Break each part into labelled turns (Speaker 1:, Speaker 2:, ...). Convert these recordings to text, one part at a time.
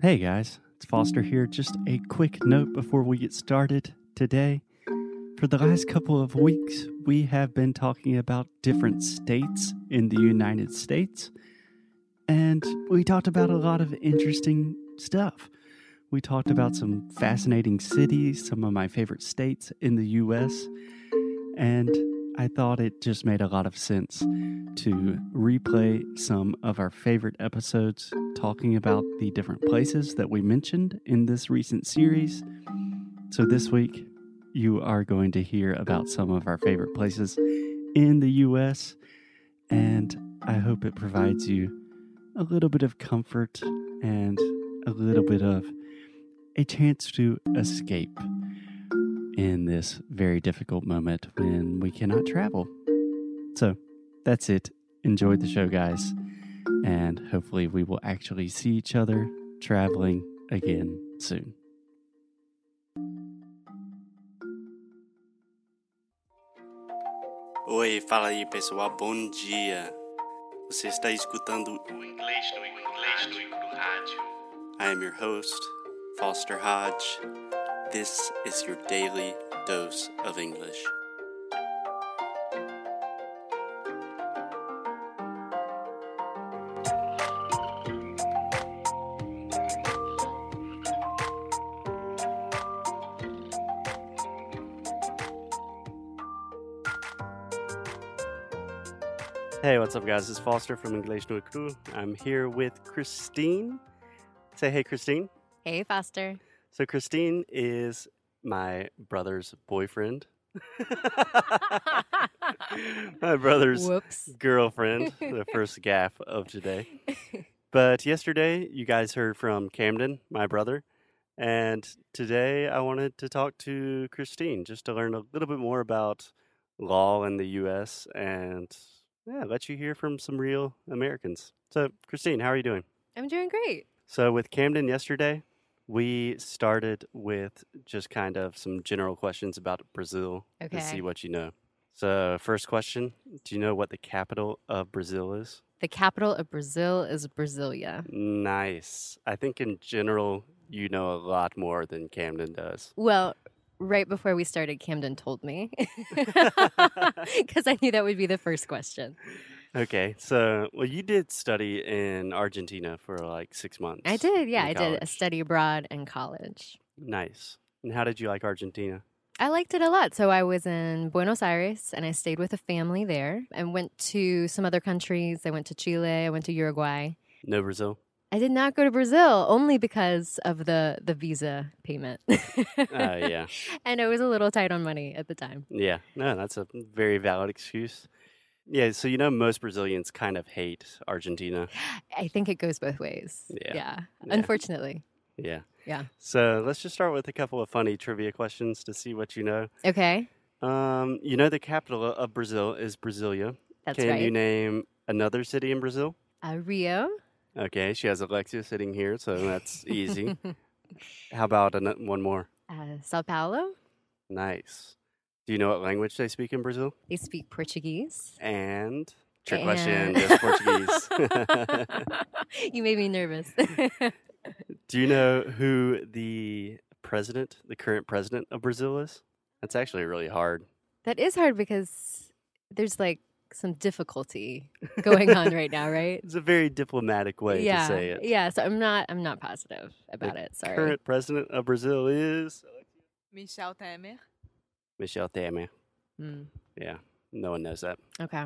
Speaker 1: Hey guys, it's Foster here. Just a quick note before we get started today. For the last couple of weeks, we have been talking about different states in the United States, and we talked about a lot of interesting stuff. We talked about some fascinating cities, some of my favorite states in the US, and I thought it just made a lot of sense to replay some of our favorite episodes talking about the different places that we mentioned in this recent series. So, this week, you are going to hear about some of our favorite places in the US, and I hope it provides you a little bit of comfort and a little bit of a chance to escape in this very difficult moment when we cannot travel. So that's it. Enjoy the show, guys. And hopefully, we will actually see each other traveling again soon.
Speaker 2: Oi, fala aí pessoal, bom dia. Você está escutando
Speaker 3: O inglês no inglês no rádio.
Speaker 2: I am your host, Foster Hodge. This is your daily dose of English. Hey, what's up, guys? It's Foster from English No Cru. I'm here with Christine. Say hey, Christine.
Speaker 4: Hey, Foster.
Speaker 2: So Christine is my brother's boyfriend. my brother's
Speaker 4: Whoops.
Speaker 2: girlfriend, the first gaff of today. But yesterday you guys heard from Camden, my brother, and today I wanted to talk to Christine just to learn a little bit more about law in the US and yeah, let you hear from some real Americans. So Christine, how are you doing?
Speaker 4: I'm doing great.
Speaker 2: So with Camden yesterday, we started with just kind of some general questions about Brazil to
Speaker 4: Okay.
Speaker 2: see what you know. So first question, do you know what the capital of Brazil is?
Speaker 4: The capital of Brazil is Brasilia.
Speaker 2: Nice. I think in general you know a lot more than Camden does.
Speaker 4: Well, right before we started, Camden told me because I knew that would be the first question.
Speaker 2: Okay. So, well you did study in Argentina for like 6 months.
Speaker 4: I did, yeah,
Speaker 2: in
Speaker 4: I did a
Speaker 2: college.
Speaker 4: study abroad in college.
Speaker 2: Nice. And how did you like Argentina?
Speaker 4: I liked it a lot. So I was in Buenos Aires and I stayed with a family there and went to some other countries. I went to Chile, I went to Uruguay.
Speaker 2: No Brazil?
Speaker 4: I did not go to Brazil only because of the the visa payment.
Speaker 2: Uh, yeah.
Speaker 4: and it was a little tight on money at the time.
Speaker 2: Yeah, no, that's a very valid excuse. Yeah, so you know, most Brazilians kind of hate Argentina.
Speaker 4: I think it goes both ways.
Speaker 2: Yeah. Yeah.
Speaker 4: Unfortunately.
Speaker 2: Yeah.
Speaker 4: Yeah.
Speaker 2: So let's just start with a couple of funny trivia questions to see what you know.
Speaker 4: Okay.
Speaker 2: Um, you know, the capital of Brazil is Brasilia.
Speaker 4: That's
Speaker 2: Can
Speaker 4: right.
Speaker 2: you name another city in Brazil?
Speaker 4: uh, Rio.
Speaker 2: Okay, she has Alexia sitting here, so that's easy. How about ano- one more?
Speaker 4: Uh, Sao Paulo.
Speaker 2: Nice. Do you know what language they speak in Brazil?
Speaker 4: They speak Portuguese.
Speaker 2: And trick question,
Speaker 4: And-
Speaker 2: yes, Portuguese.
Speaker 4: you made me nervous.
Speaker 2: Do you know who the president, the current president of Brazil is? That's actually really hard.
Speaker 4: that is hard because there's like some difficulty going on right now, right?
Speaker 2: It's a very diplomatic way
Speaker 4: yeah.
Speaker 2: to say it.
Speaker 4: Yeah. So I'm not I'm not positive about it. Sorry.
Speaker 2: Current president of Brazil is
Speaker 5: Michel Temer.
Speaker 2: Michel Temer.
Speaker 4: Hmm.
Speaker 2: Yeah, no one knows that.
Speaker 4: Okay.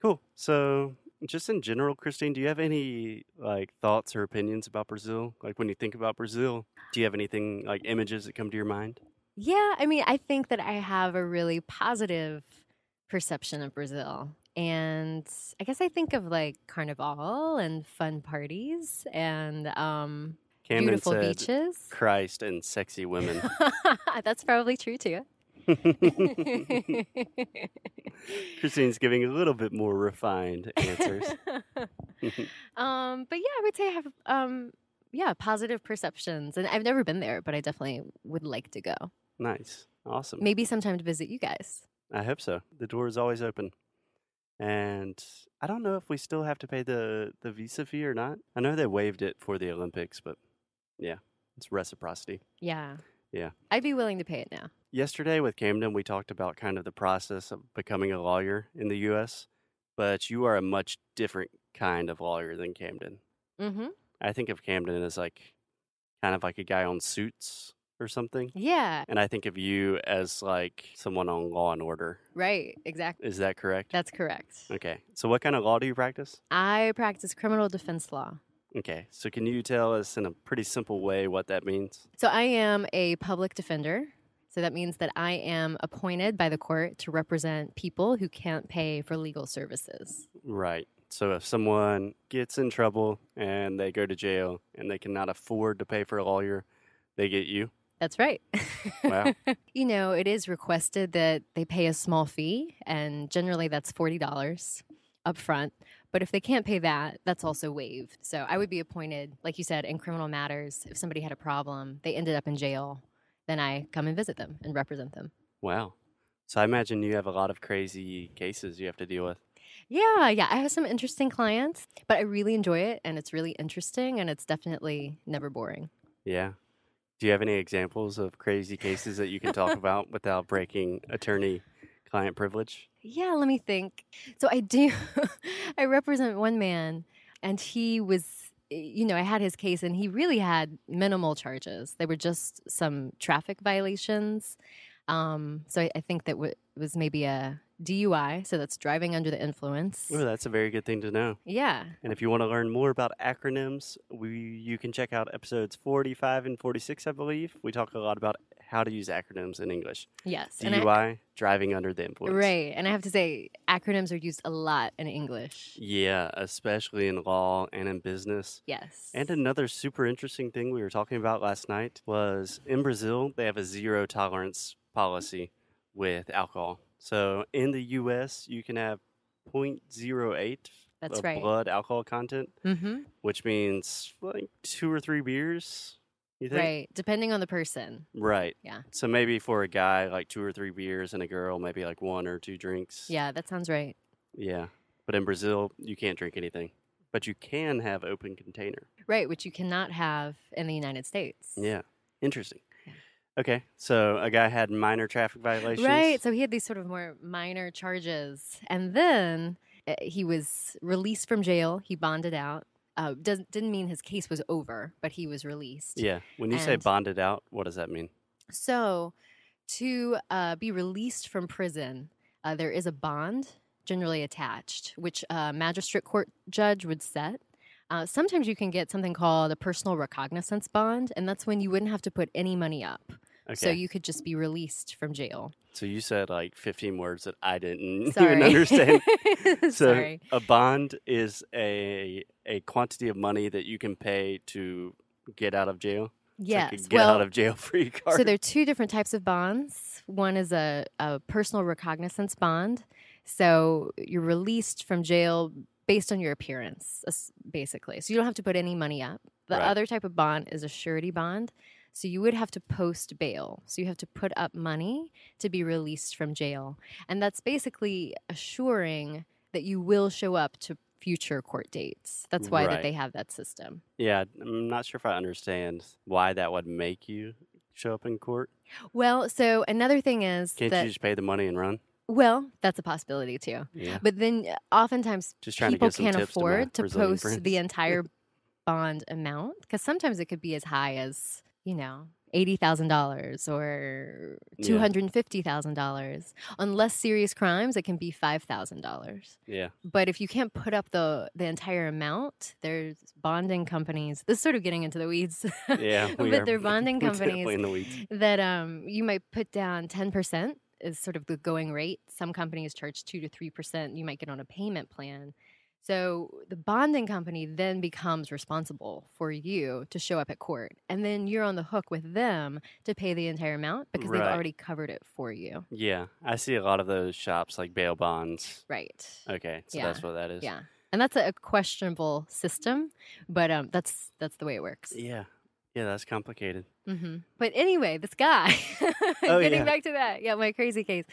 Speaker 2: Cool. So, just in general, Christine, do you have any like thoughts or opinions about Brazil? Like when you think about Brazil, do you have anything like images that come to your mind?
Speaker 4: Yeah, I mean, I think that I have a really positive perception of Brazil. And I guess I think of like carnival and fun parties and um,
Speaker 2: Camden
Speaker 4: beautiful
Speaker 2: said,
Speaker 4: beaches.
Speaker 2: Christ and sexy women.
Speaker 4: That's probably true too.
Speaker 2: Christine's giving a little bit more refined answers.
Speaker 4: um, but yeah, I would say I have um, yeah positive perceptions, and I've never been there, but I definitely would like to go.
Speaker 2: Nice. Awesome.
Speaker 4: Maybe sometime to visit you guys.
Speaker 2: I hope so. The door is always open. And I don't know if we still have to pay the, the visa fee or not. I know they waived it for the Olympics, but yeah, it's reciprocity.
Speaker 4: Yeah.
Speaker 2: Yeah.
Speaker 4: I'd be willing to pay it now.
Speaker 2: Yesterday with Camden, we talked about kind of the process of becoming a lawyer in the U.S., but you are a much different kind of lawyer than Camden.
Speaker 4: Mm-hmm.
Speaker 2: I think of Camden as like kind of like a guy on suits or something.
Speaker 4: Yeah.
Speaker 2: And I think of you as like someone on Law and Order.
Speaker 4: Right. Exactly.
Speaker 2: Is that correct?
Speaker 4: That's correct.
Speaker 2: okay. So, what kind of law do you practice?
Speaker 4: I practice criminal defense law.
Speaker 2: Okay. So, can you tell us in a pretty simple way what that means?
Speaker 4: So I am a public defender. So that means that I am appointed by the court to represent people who can't pay for legal services.
Speaker 2: Right. So, if someone gets in trouble and they go to jail and they cannot afford to pay for a lawyer, they get you.
Speaker 4: That's right.
Speaker 2: Wow.
Speaker 4: you know, it is requested that they pay a small fee, and generally that's $40 up front. But if they can't pay that, that's also waived. So I would be appointed, like you said, in criminal matters. If somebody had a problem, they ended up in jail, then I come and visit them and represent them.
Speaker 2: Wow. So, I imagine you have a lot of crazy cases you have to deal with.
Speaker 4: Yeah, yeah. I have some interesting clients, but I really enjoy it and it's really interesting and it's definitely never boring.
Speaker 2: Yeah. Do you have any examples of crazy cases that you can talk about without breaking attorney client privilege?
Speaker 4: Yeah, let me think. So I do, I represent one man and he was, eh, you know, I had his case and he really had minimal charges. They were just some traffic violations. Um, so I, I think that w- was maybe a DUI. So that's driving under the influence.
Speaker 2: Well, that's a very good thing to know.
Speaker 4: Yeah.
Speaker 2: And if you want to learn more about acronyms, we you can check out episodes 45 and 46, I believe. We talk a lot about how to use acronyms in English.
Speaker 4: Yes. And I-
Speaker 2: DUI, driving under the influence.
Speaker 4: Right. And I have to say, acronyms are used a lot in English.
Speaker 2: Yeah, especially in law and in business.
Speaker 4: Yes.
Speaker 2: And another super interesting thing we were talking about last night was in Brazil, they have a zero tolerance policy with alcohol. So in the US, you can have 0.08
Speaker 4: That's
Speaker 2: of
Speaker 4: right.
Speaker 2: blood alcohol content,
Speaker 4: Mm-hmm.
Speaker 2: which means like two or three beers, you think?
Speaker 4: Right. Depending on the person.
Speaker 2: Right.
Speaker 4: Yeah.
Speaker 2: So maybe for a guy, like two or three beers, and a girl, maybe like one or two drinks.
Speaker 4: Yeah, that sounds right.
Speaker 2: Yeah. But in Brazil, you can't drink anything, but you can have open container.
Speaker 4: Right, which you cannot have in the United States.
Speaker 2: Yeah. Interesting.
Speaker 4: Yeah.
Speaker 2: Okay. So a guy had minor traffic violations.
Speaker 4: Right. So he had these sort of more minor charges. And then uh, he was released from jail. He bonded out. Uh, does, didn't mean his case was over, but he was released.
Speaker 2: Yeah. When you say
Speaker 4: And-
Speaker 2: bonded out, what does that mean?
Speaker 4: So, to uh, be released from prison, uh, there is a bond generally attached, which a magistrate court judge would set. Uh, sometimes you can get something called a personal recognizance bond, and that's when you wouldn't have to put any money up.
Speaker 2: Okay.
Speaker 4: So you could just be released from jail.
Speaker 2: So you said like 15 words that I didn't
Speaker 4: Sorry.
Speaker 2: even understand. So
Speaker 4: Sorry.
Speaker 2: a bond is a a quantity of money that you can pay to get out of jail. It's
Speaker 4: Yes.
Speaker 2: like a get
Speaker 4: well,
Speaker 2: out of jail free card.
Speaker 4: So there are two different types of bonds. One is a, a personal recognizance bond. So you're released from jail based on your appearance, es- basically. So you don't have to put any money up. The
Speaker 2: Right.
Speaker 4: other type of bond is a surety bond. So you would have to post bail. So you have to put up money to be released from jail. And that's basically assuring that you will show up to future court dates. That's why
Speaker 2: Right.
Speaker 4: that they have that system.
Speaker 2: yeah, I'm not sure if I understand why that would make you show up in court.
Speaker 4: Well, so another thing is
Speaker 2: Can't
Speaker 4: that
Speaker 2: you just pay the money and run?
Speaker 4: Well, that's a possibility too.
Speaker 2: Yeah.
Speaker 4: But then uh, oftentimes
Speaker 2: Just trying to
Speaker 4: people
Speaker 2: get some
Speaker 4: can't
Speaker 2: tips to my
Speaker 4: afford to,
Speaker 2: Brazilian
Speaker 4: post
Speaker 2: friends.
Speaker 4: the entire bond amount because sometimes it could be as high as, you know, $80,000 or
Speaker 2: Yeah.
Speaker 4: $250,000. Unless serious crimes, it can be $5,000.
Speaker 2: Yeah.
Speaker 4: But if you can't put up the, the entire amount, there's bonding companies. This is sort of getting into the weeds.
Speaker 2: Yeah. we
Speaker 4: but
Speaker 2: are-
Speaker 4: they're bonding
Speaker 2: we're
Speaker 4: companies
Speaker 2: definitely in the weeds.
Speaker 4: that um, you might put down 10% is sort of the going rate. Some companies charge 2 to 3%. You might get on a payment plan. So the bonding company then becomes responsible for you to show up at court. And then you're on the hook with them to pay the entire amount because they've
Speaker 2: Right.
Speaker 4: already covered it for you.
Speaker 2: Yeah, I see a lot of those shops like bail bonds.
Speaker 4: Right.
Speaker 2: Okay, so
Speaker 4: Yeah,
Speaker 2: that's what that is.
Speaker 4: Yeah. And that's a questionable system, but um, that's that's the way it works.
Speaker 2: Yeah. Yeah, that's complicated.
Speaker 4: hmm But anyway, this guy,
Speaker 2: Oh,
Speaker 4: getting
Speaker 2: yeah.
Speaker 4: back to that, yeah, my crazy case.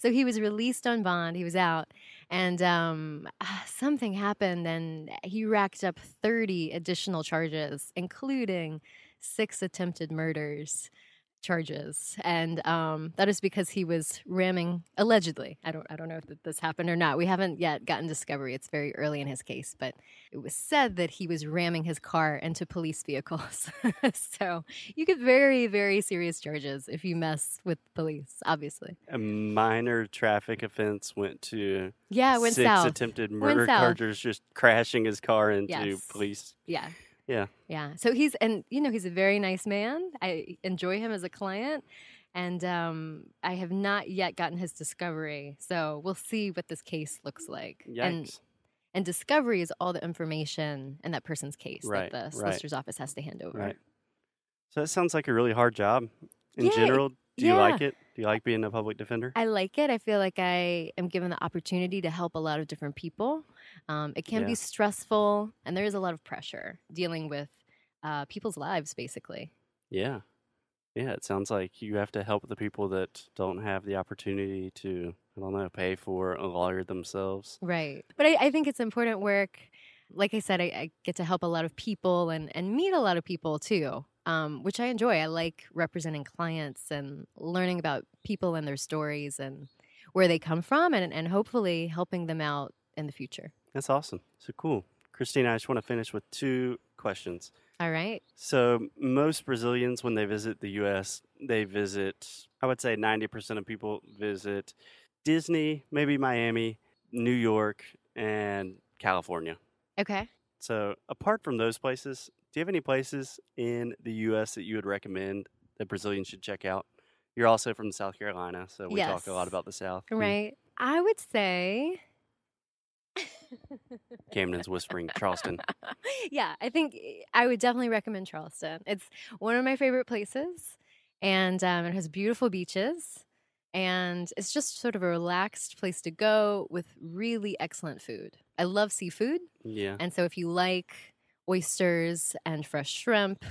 Speaker 4: So he was released on bond, he was out, and um, something happened, and he racked up 30 additional charges, including six attempted murders charges and um that is because he was ramming allegedly i don't i don't know if th- this happened or not we haven't yet gotten discovery it's very early in his case but it was said that he was ramming his car into police vehicles so you get very, very serious charges if you mess with police, obviously.
Speaker 2: A minor traffic offense went to
Speaker 4: Yeah, it went
Speaker 2: six
Speaker 4: south.
Speaker 2: attempted murder
Speaker 4: south.
Speaker 2: charges, just crashing his car into
Speaker 4: Yes.
Speaker 2: police.
Speaker 4: yeah.
Speaker 2: Yeah.
Speaker 4: Yeah. So he's, and you know, he's a very nice man. I enjoy him as a client. And um, I have not yet gotten his discovery. So we'll see what this case looks like.
Speaker 2: Yikes.
Speaker 4: And, and discovery is all the information in that person's case
Speaker 2: Right,
Speaker 4: that
Speaker 2: right.
Speaker 4: the solicitor's office has to hand over.
Speaker 2: Right. So that sounds like a really hard job. In
Speaker 4: Yeah, it-
Speaker 2: general, do you
Speaker 4: yeah.
Speaker 2: like it? Do you like being a public defender?
Speaker 4: I like it. I feel like I am given the opportunity to help a lot of different people. Um, it can
Speaker 2: Yeah.
Speaker 4: be stressful, and there is a lot of pressure dealing with uh, people's lives, basically.
Speaker 2: yeah. Yeah, it sounds like you have to help the people that don't have the opportunity to, I don't know, pay for a lawyer themselves.
Speaker 4: Right. But I, I think it's important work. Like I said, I, I get to help a lot of people and, and meet a lot of people too, um, which I enjoy. I like representing clients and learning about people and their stories and where they come from, and, and hopefully helping them out in the future.
Speaker 2: That's awesome. So cool. Christina, I just want to finish with two questions.
Speaker 4: All right.
Speaker 2: So, most Brazilians, when they visit the US, they visit, I would say 90% of people visit Disney, maybe Miami, New York, and California.
Speaker 4: Okay.
Speaker 2: So, apart from those places, do you have any places in the US that you would recommend that Brazilians should check out? You're also from South Carolina, so we talk a lot
Speaker 4: Yes.
Speaker 2: about the South.
Speaker 4: Right. I would say.
Speaker 2: Camden's whispering, Charleston.
Speaker 4: yeah, I think eh, I would definitely recommend Charleston. It's one of my favorite places, and um, it has beautiful beaches, and it's just sort of a relaxed place to go with really excellent food. I love seafood,
Speaker 2: Yeah.
Speaker 4: and so if you like oysters and fresh shrimp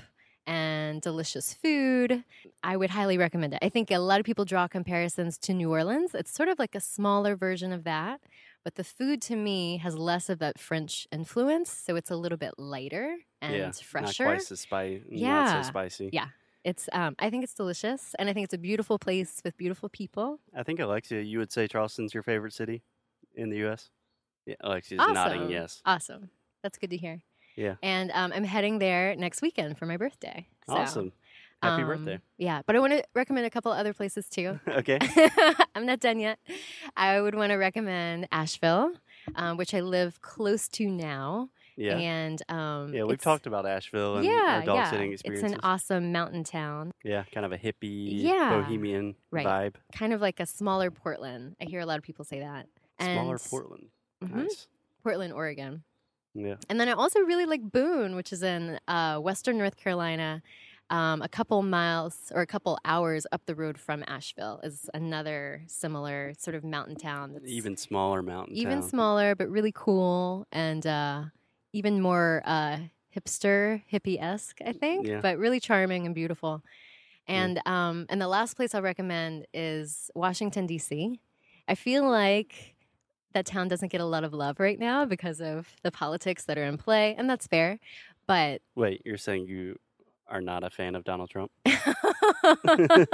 Speaker 4: and delicious food, I would highly recommend it. I think a lot of people draw comparisons to New Orleans. It's sort of like a smaller version of that, but the food to me has less of that French influence, so it's a little bit lighter and
Speaker 2: yeah.
Speaker 4: fresher.
Speaker 2: Not quite as spicy. Not
Speaker 4: Yeah.
Speaker 2: so spicy.
Speaker 4: Yeah. It's um I think it's delicious and I think it's a beautiful place with beautiful people.
Speaker 2: I think Alexia, you would say Charleston's your favorite city in the U.S. Yeah, Alexia's nodding
Speaker 4: Awesome.
Speaker 2: yes.
Speaker 4: Awesome. That's good to hear.
Speaker 2: Yeah.
Speaker 4: And um, I'm heading there next weekend for my birthday. So,
Speaker 2: Awesome. Happy
Speaker 4: um,
Speaker 2: birthday.
Speaker 4: Yeah, but I want to recommend a couple other places too.
Speaker 2: Okay.
Speaker 4: I'm not done yet. I would want to recommend Asheville, um, which I live close to now.
Speaker 2: Yeah.
Speaker 4: And um,
Speaker 2: yeah, we've
Speaker 4: it's-
Speaker 2: talked about Asheville and
Speaker 4: yeah,
Speaker 2: our dog
Speaker 4: yeah.
Speaker 2: sitting
Speaker 4: It's
Speaker 2: experiences.
Speaker 4: an awesome mountain town,
Speaker 2: yeah, kind of a hippie,
Speaker 4: Yeah.
Speaker 2: bohemian
Speaker 4: Right.
Speaker 2: vibe.
Speaker 4: kind of like a smaller Portland. I hear a lot of people say that. And
Speaker 2: Smaller Portland.
Speaker 4: Mhm,
Speaker 2: Nice.
Speaker 4: Portland, Oregon.
Speaker 2: Yeah.
Speaker 4: And then I also really like Boone, which is in uh, western North Carolina. Um, a couple miles or a couple hours up the road from Asheville is another similar sort of mountain town. That's
Speaker 2: Even smaller mountain.
Speaker 4: even
Speaker 2: town.
Speaker 4: smaller, but really cool and uh, even more uh, hipster, hippie esque, I think,
Speaker 2: Yeah.
Speaker 4: but really charming and beautiful.
Speaker 2: Yeah.
Speaker 4: And um, and the last place I'll recommend is Washington D.C. I feel like that town doesn't get a lot of love right now because of the politics that are in play, and that's fair. But
Speaker 2: Wait, you're saying you are not a fan of Donald Trump?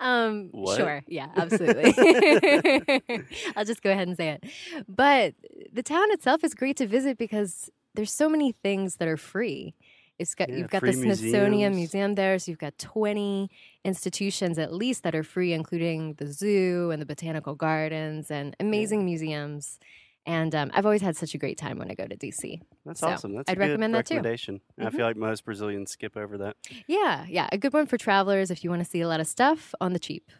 Speaker 4: um,
Speaker 2: What?
Speaker 4: sure, yeah, absolutely. I'll just go ahead and say it. But the town itself is great to visit because there's so many things that are free. It's got
Speaker 2: Yeah,
Speaker 4: you've got
Speaker 2: free
Speaker 4: the Smithsonian
Speaker 2: museums.
Speaker 4: Museum there, so you've got 20 institutions at least that are free, including the zoo and the botanical gardens and amazing museums. And um, I've always had such a great time when I go to DC.
Speaker 2: That's
Speaker 4: So,
Speaker 2: awesome. That's a
Speaker 4: I'd
Speaker 2: good
Speaker 4: recommend that too.
Speaker 2: recommendation. I
Speaker 4: Mhm.
Speaker 2: feel like most Brazilians skip over that.
Speaker 4: Yeah, yeah, a good one for travelers if you want to see a lot of stuff on the cheap.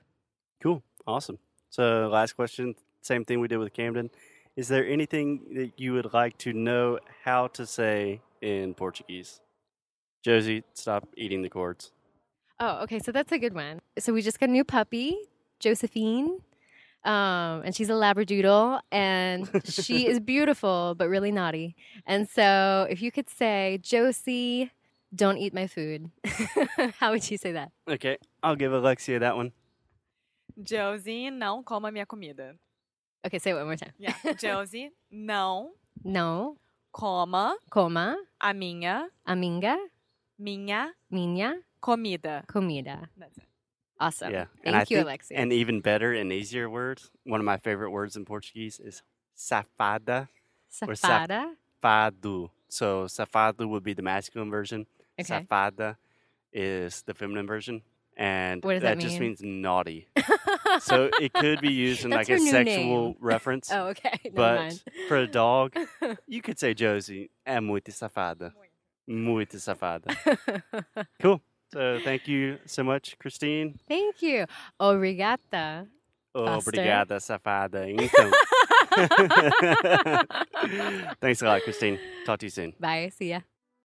Speaker 2: Cool. Awesome. So, last question, same thing we did with Camden. Is there anything that you would like to know how to say in Portuguese? Josie, stop eating the cords.
Speaker 4: Oh, okay. So that's a good one. So we just got a new puppy, Josephine. Um, and she's a labradoodle and she is beautiful but really naughty. And so if you could say Josie Don't eat my food. How would you say that?
Speaker 2: Okay, I'll give Alexia that one.
Speaker 5: Josie, não coma minha comida.
Speaker 4: Okay, say it one more time.
Speaker 5: Yeah. Josie, não
Speaker 4: No,
Speaker 5: coma
Speaker 4: coma,
Speaker 5: a minha,
Speaker 4: aminga,
Speaker 5: minha
Speaker 4: minha,
Speaker 5: comida.
Speaker 4: comida.
Speaker 5: That's it.
Speaker 4: Awesome.
Speaker 2: Yeah, and I
Speaker 4: Thank you,
Speaker 2: think-
Speaker 4: Alexia.
Speaker 2: An even better and easier word, one of my favorite words in Portuguese is safada or saf-
Speaker 4: Safada.
Speaker 2: fado. So safado would be the masculine version.
Speaker 4: Okay.
Speaker 2: Safada is the feminine version. And
Speaker 4: What does that
Speaker 2: just
Speaker 4: mean?
Speaker 2: means naughty. So it could be used in like
Speaker 4: That's her
Speaker 2: a
Speaker 4: new
Speaker 2: sexual
Speaker 4: name.
Speaker 2: reference.
Speaker 4: Oh, okay. Never
Speaker 2: but
Speaker 4: mind.
Speaker 2: for a dog, you could say Josie, é muito safada. Muito safada. Cool. So thank you so much, Christine.
Speaker 4: Thank you. Obrigata. Foster.
Speaker 2: Obrigada, safada. Então. Thanks a lot, Christine. Talk to you soon.
Speaker 4: Bye. See ya.